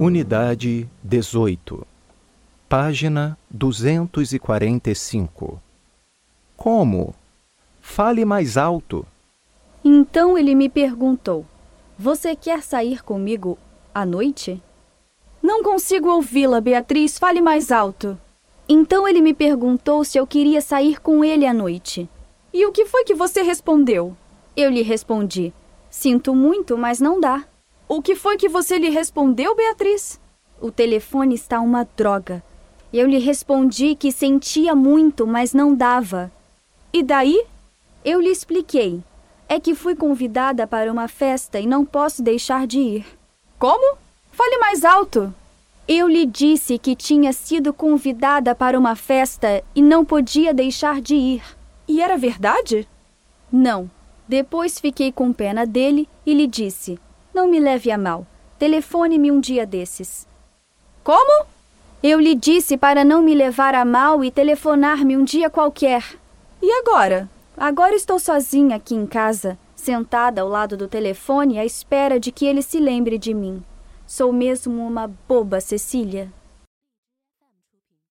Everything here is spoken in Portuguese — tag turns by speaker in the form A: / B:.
A: Unidade 18, página 245. Como? Fale mais alto.
B: Então ele me perguntou: Você quer sair comigo à noite? Não consigo ouvi-la, Beatriz, fale mais alto. Então ele me perguntou se eu queria sair com ele à noite. E o que foi que você respondeu? Eu lhe respondi: Sinto muito, mas não dá. O que foi que você lhe respondeu, Beatriz? O telefone está uma droga. Eu lhe respondi que sentia muito, mas não dava. E daí? Eu lhe expliquei. É que fui convidada para uma festa e não posso deixar de ir. Como? Fale mais alto. Eu lhe disse que tinha sido convidada para uma festa e não podia deixar de ir. E era verdade? Não. Depois fiquei com pena dele e lhe disse: Não me leve a mal. Telefone-me um dia desses. Como? Eu lhe disse para não me levar a mal e telefonar-me um dia qualquer. E agora? Agora estou sozinha aqui em casa, sentada ao lado do telefone à espera de que ele se lembre de mim. Sou mesmo uma boba, Cecília.